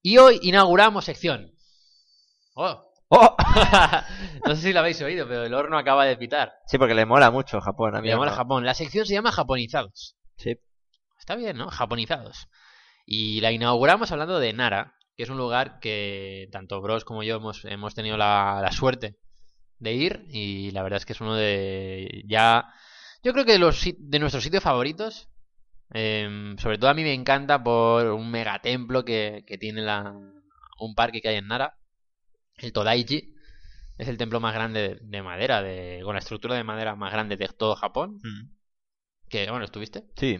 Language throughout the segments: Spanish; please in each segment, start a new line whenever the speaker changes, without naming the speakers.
Y hoy inauguramos sección. Oh.
¡Oh!
no sé si la habéis oído, pero el horno acaba de pitar.
Sí, porque le mola mucho Japón a mí.
Me llama
¿no?
Japón. La sección se llama Japonizados.
Sí.
Está bien, ¿no? Japonizados. Y la inauguramos hablando de Nara, que es un lugar que tanto Bros como yo hemos, hemos tenido la, la suerte de ir. Y la verdad es que es uno de. Ya. Yo creo que de, los, sit- de nuestros sitios favoritos. em, sobre todo a mí me encanta por un megatemplo que, que tiene la, un parque que hay en Nara. El Todaiji. Es el templo más grande de, de madera, de, con la estructura de madera más grande de todo Japón.
Mm.
Que, bueno, estuviste.
Sí,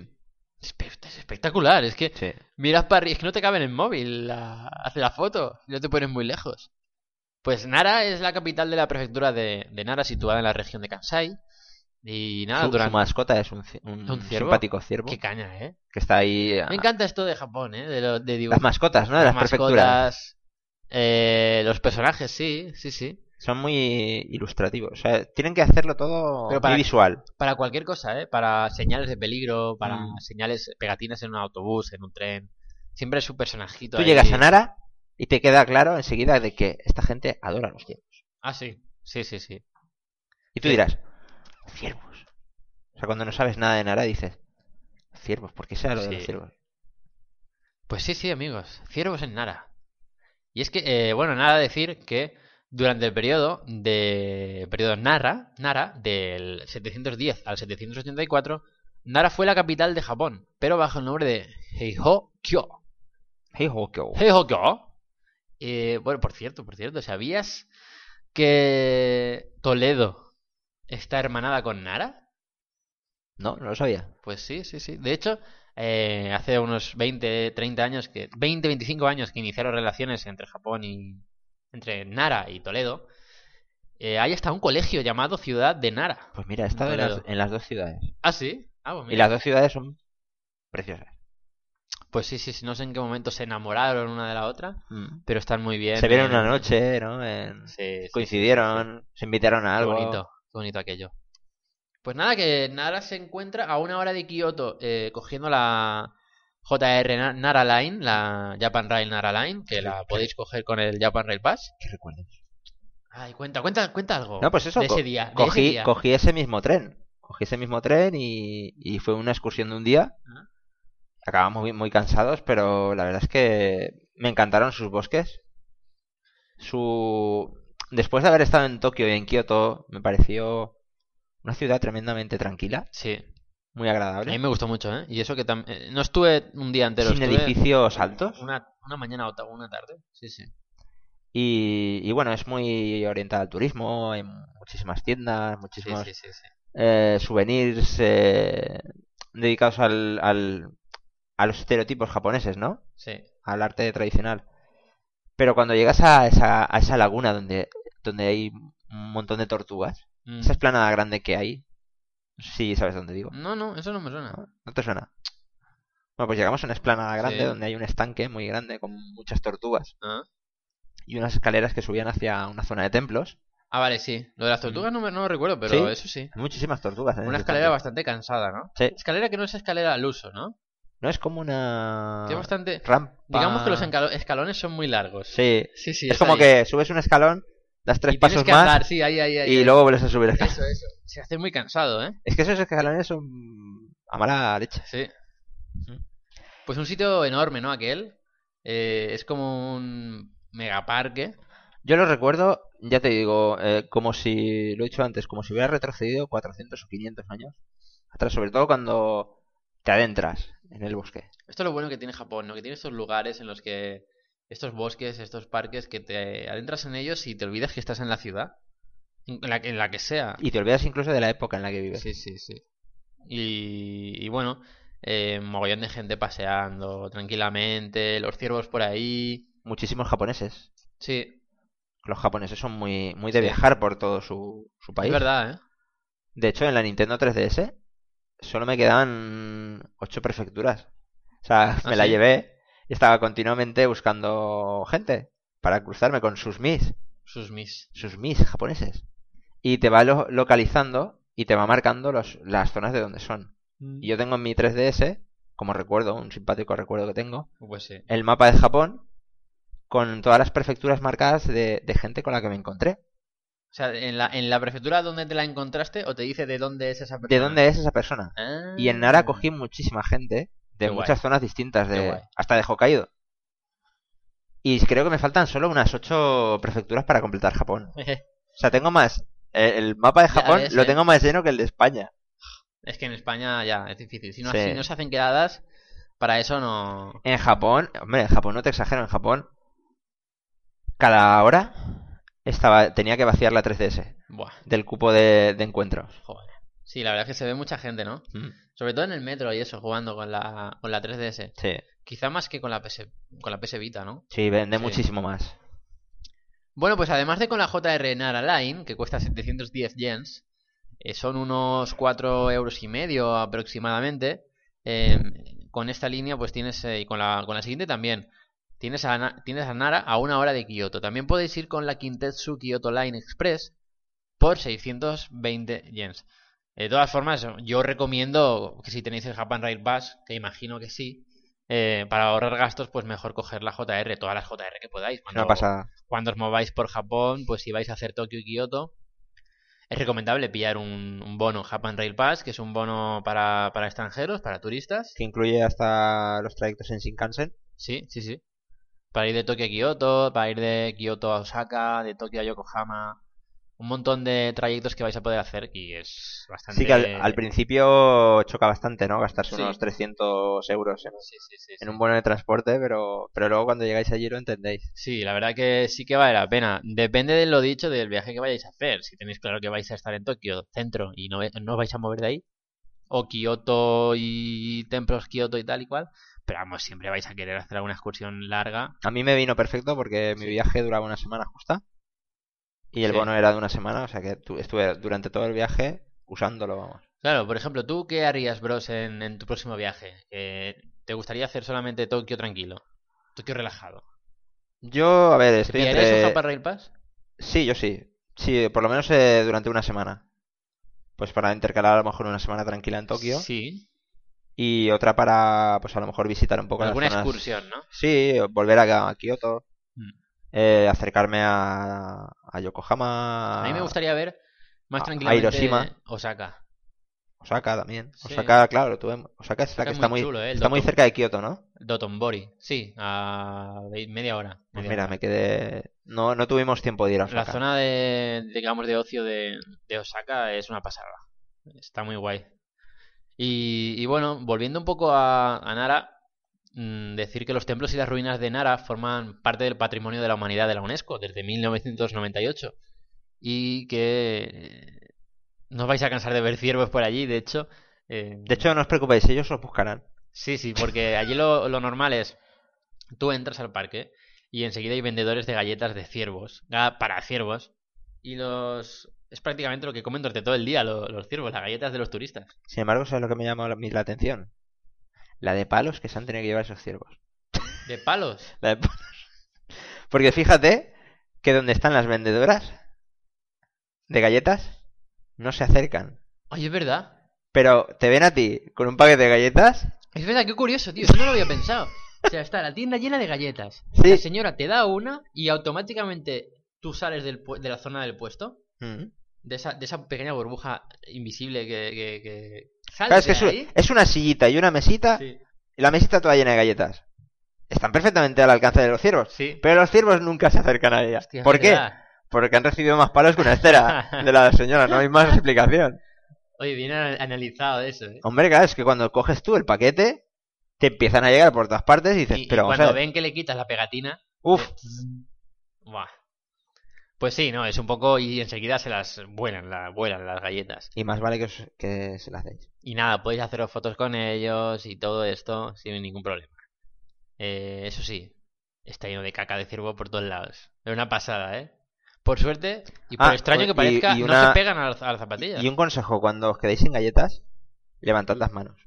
Espe- Es espectacular, es que
sí.
miras para arriba, es que no te cabe en el móvil, la, hace la foto, no te pones muy lejos. Pues Nara es la capital de la prefectura de, de Nara, situada en la región de Kansai. Y nada,
su, su
durante...
mascota es un, ci- un
Ah, ¿Un ciervo?
simpático ciervo
Qué caña, ¿eh?
que está ahí. ah,
Me encanta esto de Japón, ¿eh? De, lo, de
Las
dibujar
mascotas, ¿no? De las, prefecturas.
mascotas, eh, los personajes, sí, sí, sí.
Son muy ilustrativos. O sea, tienen que hacerlo todo
Pero
muy
para-
visual.
Para cualquier cosa, ¿eh? Para señales de peligro, para
Mm.
señales, pegatinas en un autobús, en un tren. Siempre es un personajito
Tú
ahí.
llegas a Nara y te queda claro enseguida de que esta gente adora los ciervos.
Ah, sí, sí, sí, sí.
Y tú
Sí.
dirás, ciervos. O sea, cuando no sabes nada de Nara dices, ciervos, ¿por qué será lo de los
Sí.
ciervos?
Pues sí, sí, amigos, ciervos en Nara. Y es que, eh, bueno, nada decir que durante el periodo de el periodo Nara, Nara, del 710 al 784, Nara fue la capital de Japón, pero bajo el nombre de Heihokyo.
Hey, ho, que ho.
Heihokyo. Eh, bueno, por cierto, por cierto, ¿sabías que Toledo está hermanada con Nara?
No, no lo sabía.
Pues sí, sí, sí. De hecho, eh, hace unos 20, 30 años, que 20, 25 años que iniciaron relaciones entre Japón y... entre Nara y Toledo, eh, hay hasta un colegio llamado Ciudad de Nara.
Pues mira, he estado en
Toledo.
las, en las dos ciudades.
Ah, sí. Ah, pues,
Y
mira.
las dos ciudades son preciosas.
Pues sí, sí, sí, no sé en qué momento se enamoraron una de la otra, pero están muy bien.
Mm. Se vieron
eh,
una noche, ¿no? En-
sí, sí,
Coincidieron, se invitaron a
Qué
algo.
bonito, qué bonito aquello. Pues nada, que Nara se encuentra a una hora de Kioto eh, cogiendo la JR Na- Nara Line, la Japan Rail Nara Line, que
Sí,
la
sí.
podéis coger con el Japan Rail Pass.
¿Qué recuerdo?
Ay, cuenta, cuenta, cuenta algo.
No, pues eso,
De
co-
ese día. de ese
Cogí,
día.
cogí ese mismo tren. Cogí ese mismo tren y, y fue una excursión de un día.
Ah.
Acabamos muy, muy cansados, pero la verdad es que me encantaron sus bosques. Su... Después de haber estado en Tokio y en Kioto, me pareció una ciudad tremendamente tranquila,
Sí,
muy
a mí
agradable.
me gustó mucho, ¿eh? Y eso que también. no estuve un día entero,
sin
estuve
edificios altos.
Una, una mañana o ta- una tarde. Sí, sí.
Y, y bueno, es muy orientada al turismo, hay muchísimas tiendas,
Sí,
muchísimos
sí, sí, sí.
eh, souvenirs eh, dedicados al, al- a los estereotipos japoneses, ¿no?
Sí.
Al arte tradicional. Pero cuando llegas a esa, a esa laguna donde, donde hay un montón de tortugas,
Mm.
esa esplanada grande que hay, sí, sabes dónde digo.
No, no, eso no me suena.
¿No? ¿No te suena? Bueno, pues llegamos a una esplanada grande
Sí.
donde hay un estanque muy grande con muchas tortugas
Ah.
y unas escaleras que subían hacia una zona de templos.
Ah, vale, sí. Lo de las tortugas no, me, no lo recuerdo, pero
Mm. Sí.
eso sí.
Hay muchísimas tortugas. en
Una
ese
escalera
estanque.
bastante cansada, ¿no?
Sí.
Escalera que no es escalera al uso, ¿no?
No es como una
Que es bastante...
rampa.
Digamos que los encalo- escalones son muy largos.
Sí,
sí, sí.
es como
ahí.
que subes un escalón, das tres
Y tienes
pasos
que
más
andar, sí, ahí, ahí, ahí.
y
ahí.
luego vuelves a subir.
Eso, eso. Se hace muy cansado, ¿eh?
Es que esos escalones son a mala leche.
Sí.
Ujú.
Pues un sitio enorme, ¿no? Aquel. Eh, es como un megaparque.
Yo lo recuerdo, ya te digo, eh, como si, lo he dicho antes, como si hubiera retrocedido 400 o 500 años atrás, sobre todo cuando te adentras en el bosque.
Esto es lo bueno que tiene Japón, ¿no? Que tiene estos lugares en los que... Estos bosques, estos parques, que te adentras en ellos y te olvidas que estás en la ciudad. En la, en la que sea.
Y te olvidas incluso de la época en la que vives.
Sí, sí, sí. Y, y bueno, eh, mogollón de gente paseando tranquilamente, los ciervos por ahí.
Muchísimos japoneses.
Sí,
Los japoneses son muy, muy de
Sí.
viajar por todo su, su
es
país.
verdad, ¿eh?
De hecho, en la Nintendo 3DS solo me quedaban ocho prefecturas. O sea, me
¿Ah,
la
sí?
llevé y estaba continuamente buscando gente para cruzarme con sus mis,
Sus mis.
sus mis japoneses. Y te va lo- localizando y te va marcando los- las zonas de donde son. Y yo tengo en mi 3DS, como recuerdo, un simpático recuerdo que tengo,
Pues sí.
el mapa de Japón con todas las prefecturas marcadas de, de gente con la que me encontré.
O sea, en la, en la prefectura donde te la encontraste o te dice de dónde es esa
¿De
persona.
dónde es esa persona?
Ah.
Y en Nara cogí muchísima gente de
Qué guay.
muchas zonas distintas,
Qué
de,
guay.
hasta de Hokkaido. Y creo que me faltan solo unas ocho prefecturas para completar Japón. O sea, tengo más. eh, El mapa de
Ya
Japón
ves,
lo
eh.
tengo más lleno que el de España.
Es que en España ya es difícil. Si no,
Sí.
si no se hacen quedadas, para eso no.
En Japón, hombre, en Japón no te exagero, en Japón cada hora estaba, tenía que vaciar la 3DS
Buah,
del cupo de, de encuentros.
joder. Sí, la verdad es que se ve mucha gente, ¿no?
Mm.
Sobre todo en el metro y eso, jugando con la, con la 3DS.
Sí,
Quizá más que con la PS, con la PS Vita, ¿no?
sí, vende
Sí.
muchísimo más.
Bueno, pues además de con la JR Nara Line, que cuesta 710 yens, eh, son unos 4 euros y medio aproximadamente. eh, con esta línea, pues tienes, eh, y con la, con la siguiente también, tienes a, Na- tienes a Nara a una hora de Kioto. También podéis ir con la Kintetsu Kyoto Line Express por 620 yens. De todas formas, yo recomiendo que si tenéis el Japan Rail Pass, que imagino que sí, eh, para ahorrar gastos, pues mejor coger la JR, todas las JR que podáis.
Es una
Cuando-
pasada.
cuando os mováis por Japón, pues si vais a hacer Tokio y Kioto, es recomendable pillar un, un bono Japan Rail Pass, que es un bono para, para extranjeros, para turistas.
Que incluye hasta los trayectos en Shinkansen.
Sí, sí, sí. Para ir de Tokio a Kioto, para ir de Kioto a Osaka, de Tokio a Yokohama. Un montón de trayectos que vais a poder hacer y es bastante...
Sí que al, al principio choca bastante, ¿no? Gastarse
Sí.
unos 300 euros en,
Sí, sí, sí, sí.
en un bono de transporte, pero, pero luego cuando llegáis allí lo entendéis.
Sí, la verdad que sí que vale la pena. Depende de lo dicho del viaje que vayáis a hacer. Si tenéis claro que vais a estar en Tokio, centro, y no, ve- no os vais a mover de ahí. O Kioto y templos Kioto y tal y cual. Pero vamos, siempre vais a querer hacer alguna excursión larga.
A mí me vino perfecto porque mi
Sí.
viaje duraba una semana justa y el
Sí.
bono era de una semana, o sea que tu- estuve durante todo el viaje usándolo, vamos.
Claro, por ejemplo, ¿tú qué harías, bros, en, en tu próximo viaje? Eh, ¿Te gustaría hacer solamente Tokio tranquilo? Tokio relajado.
Yo, a ver,
¿Te
estoy
pillarías un
entre...
Japan Rail Pass?
Sí, yo sí. Sí, por lo menos eh, durante una semana. Pues para intercalar a lo mejor una semana tranquila en Tokio
Sí.
y otra para, pues a lo mejor visitar un poco las
Alguna
zonas-
excursión, ¿no?
Sí, volver a, a Kioto,
Mm.
eh, acercarme a, a Yokohama,
A mí me gustaría ver
a-
más
a
tranquilamente
Hiroshima.
Osaka.
Osaka también.
Sí.
Osaka, claro, lo tuve- Osaka es
Osaka
la que
es
está
muy
muy,
chulo, ¿eh? El
está muy
Doton-
cerca de Kioto, ¿no?
Dotonbori, sí, a ve- media hora.
Pues
media
mira,
hora.
me quedé, no, no tuvimos tiempo de ir a
La
Osaka.
zona de, digamos, de ocio de, de Osaka es una pasada. Está muy guay. Y, y bueno, volviendo un poco a, a Nara, mm, decir que los templos y las ruinas de Nara forman parte del patrimonio de la humanidad de la UNESCO desde 1998. Y que eh, no os vais a cansar de ver ciervos por allí, de hecho. eh,
De hecho, no os preocupéis, ellos os buscarán.
Sí, sí, porque allí lo, lo normal es, tú entras al parque y enseguida hay vendedores de galletas de ciervos, ga- para ciervos, y los... Es prácticamente lo que comen durante todo el día lo- los ciervos, las galletas de los turistas.
Sin embargo, ¿sabes lo que me llama la, mi- la atención? La de palos que se han tenido que llevar esos ciervos.
De palos.
La de palos. Porque fíjate que donde están las vendedoras de galletas, no se acercan.
Oye, es verdad.
Pero te ven a ti con un paquete de galletas
Es verdad, qué curioso, tío. Yo no lo había pensado. O sea, está la tienda llena de galletas.
Sí.
La señora te da una y automáticamente tú sales del pue- de la zona del puesto,
mm,
de esa, de esa pequeña burbuja invisible que... que, que...
Claro, es
Sales
que es,
de
un-
ahí.
es una sillita y una mesita,
Sí,
y la mesita toda llena de galletas. Están perfectamente al alcance de los ciervos,
sí.
pero los ciervos nunca se acercan a ellas.
Hostia, es
¿Por qué?
verdad.
Porque han recibido más palos que una estera de la señora, no hay más explicación.
Oye, bien ana- analizado eso, ¿eh?
Hombre, claro, es que cuando coges tú el paquete, te empiezan a llegar por todas partes y dices,
Y, eh. y
pero vamos a
cuando
ver.
ven que le quitas la pegatina...
Uf,
Buah. Pues sí, no, es un poco y enseguida se las vuelan, la, vuelan las galletas.
Y más vale que, os- que se la hacéis.
Y nada, podéis haceros fotos con ellos y todo esto sin ningún problema. Eh, eso sí, está lleno de caca de ciervo por todos lados. Es una pasada, ¿eh? Por suerte, y por
Ah,
extraño
y-
que parezca,
y
no
una-
se pegan a las, a las zapatillas.
Y un consejo, cuando os quedéis sin galletas, levantad las manos.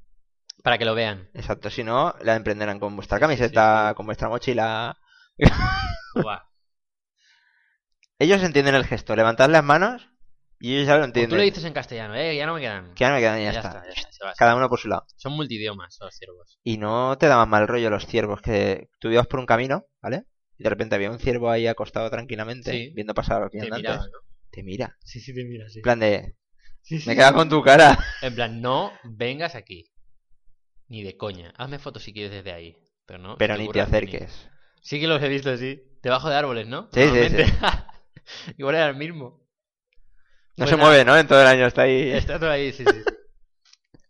Para que lo vean.
Exacto, si no, la emprenderán con vuestra
Sí, sí,
camiseta,
sí, sí.
con vuestra mochila.
Buah.
Ellos entienden el gesto, levantad las manos y ellos ya lo
O
entienden.
Tú lo dices en castellano, ¿eh? Ya no me quedan.
Que ya no me quedan, ya, está.
ya está, se va.
Cada uno por su lado.
Son multidiomas los ciervos.
Y no te daban mal rollo los ciervos, que tú ibas por un camino, ¿vale? Y de repente había un ciervo ahí acostado tranquilamente,
Sí.
viendo pasar a los
Te
viandantes.
miraban, ¿no?
Te mira.
Sí, sí, te miras, sí.
En plan de,
Sí, sí.
me queda con tu cara.
En plan, no vengas aquí. Ni de coña. Hazme fotos si quieres desde ahí. Pero no.
Pero ni te
ocurras venir.
acerques.
Sí que los he visto, sí. Debajo de árboles, ¿no?
Sí, sí, sí.
Normalmente. Igual era el mismo.
No
Pues
se
nada,
mueve, ¿no? En todo el año está ahí.
Está todo ahí, sí, sí.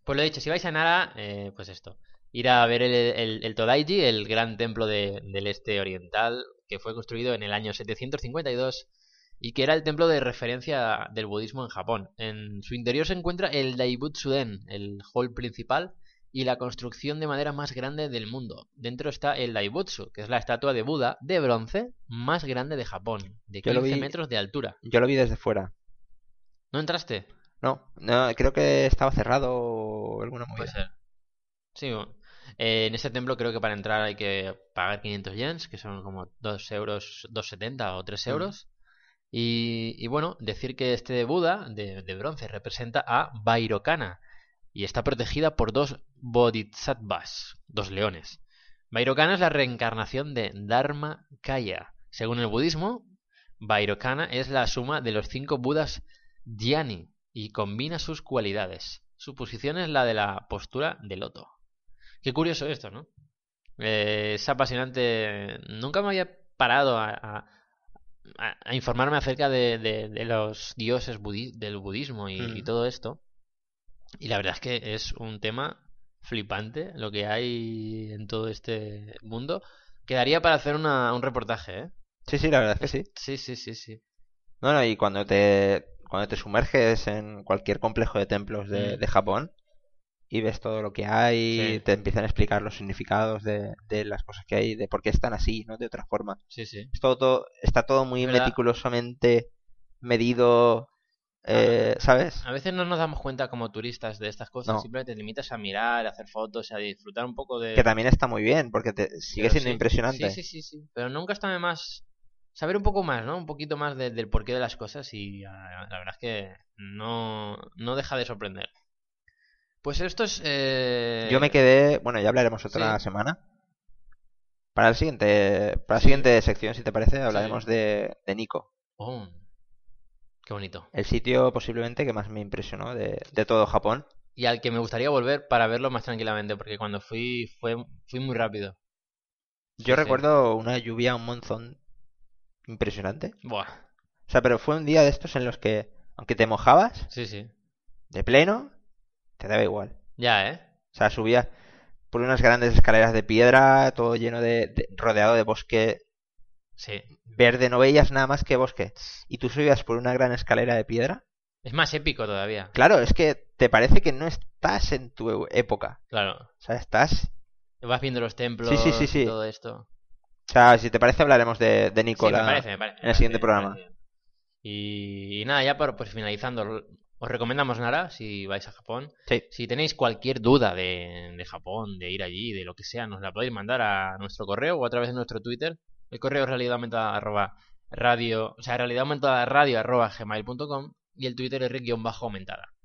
Pues lo dicho, si vais a Nara, eh, pues esto. Ir a ver el, el, el Todaiji, el gran templo de- del este oriental, que fue construido en el año 752 y que era el templo de referencia del budismo en Japón. En su interior se encuentra el Daibutsu-den, el hall principal, y la construcción de madera más grande del mundo. Dentro está el Daibutsu, que es la estatua de Buda de bronce más grande de Japón, de
Yo lo
15
vi-
metros de altura.
Yo lo vi desde fuera.
¿No entraste?
No, no, creo que estaba cerrado o alguna
Puede
movida.
ser. Sí, bueno. Eh, en ese templo creo que para entrar hay que pagar 500 yens, que son como 2 euros, 2,70 o 3
Mm.
euros. Y, y bueno, decir que este Buda de, de bronce representa a Vairocana y está protegida por dos bodhisattvas, dos leones. Vairocana es la reencarnación de Dharma Kaya. Según el budismo, Vairocana es la suma de los cinco Budas Dhyani y combina sus cualidades. Su posición es la de la postura de loto. Qué curioso esto, ¿no? Eh, es apasionante. Nunca me había parado a, a- a- a informarme acerca de, de- de los dioses budi- del budismo y, y
Mm.
todo esto. Y la verdad es que es un tema flipante lo que hay en todo este mundo. Quedaría para hacer una- un reportaje, ¿eh?
Sí, sí, la verdad es que sí.
Sí, sí, sí, sí.
No, no, y cuando te, cuando te sumerges en cualquier complejo de templos de,
Mm.
de Japón y ves todo lo que hay,
Sí.
te empiezan a explicar los significados de, de las cosas que hay, de por qué están así, ¿no? De otra forma.
Sí, sí.
Es todo, todo- está todo muy
¿Verdad?
meticulosamente medido,
Ah,
eh, ¿sabes?
A veces no nos damos cuenta como turistas de estas cosas,
No.
simplemente te limitas a mirar, a hacer fotos, a disfrutar un poco de...
Que también está muy bien, porque te, sigue
eh. Pero
siendo
sí.
impresionante.
Sí, sí, sí, sí. Pero nunca está de más saber un poco más, ¿no? Un poquito más de- del porqué de las cosas y ah, la verdad es que no, no deja de sorprender. Pues esto es... eh,
Yo me quedé, bueno, ya hablaremos otra
sí.
semana. Para el siguiente, para la
Sí.
siguiente sección, si te parece, hablaremos de, de Nico.
Oh, qué bonito.
El sitio posiblemente que más me impresionó de, de todo Japón.
Y al que me gustaría volver para verlo más tranquilamente, porque cuando fui fue, fui muy rápido.
Yo
Sí, sí.
recuerdo una lluvia, un monzón impresionante.
Buah,
O sea, pero fue un día de estos en los que, aunque te mojabas
sí, sí.
de pleno, te daba igual.
Ya, ¿eh?
O sea, subías por unas grandes escaleras de piedra, todo lleno de, de- rodeado de bosque
Sí.
verde, no veías nada más que bosque. Y tú subías por una gran escalera de piedra.
Es más épico todavía.
Claro, es que te parece que no estás en tu eu- época.
Claro.
O sea, estás.
Vas viendo los templos
Sí, sí, sí, sí.
y todo esto.
O sea, si te parece, hablaremos de, de
Sí, me
Nicola.
parece, me parece. me
en el siguiente
parece, me
programa.
parece. Y, y nada, ya por, pues finalizando, os recomendamos Nara si vais a Japón.
Sí.
Si tenéis cualquier duda de, de Japón, de ir allí, de lo que sea, nos la podéis mandar a nuestro correo o a través de nuestro Twitter. El correo es realidad aumentada arroba radio, o sea, realidad aumentada radio arroba gmail.com y el Twitter es red-aumentada.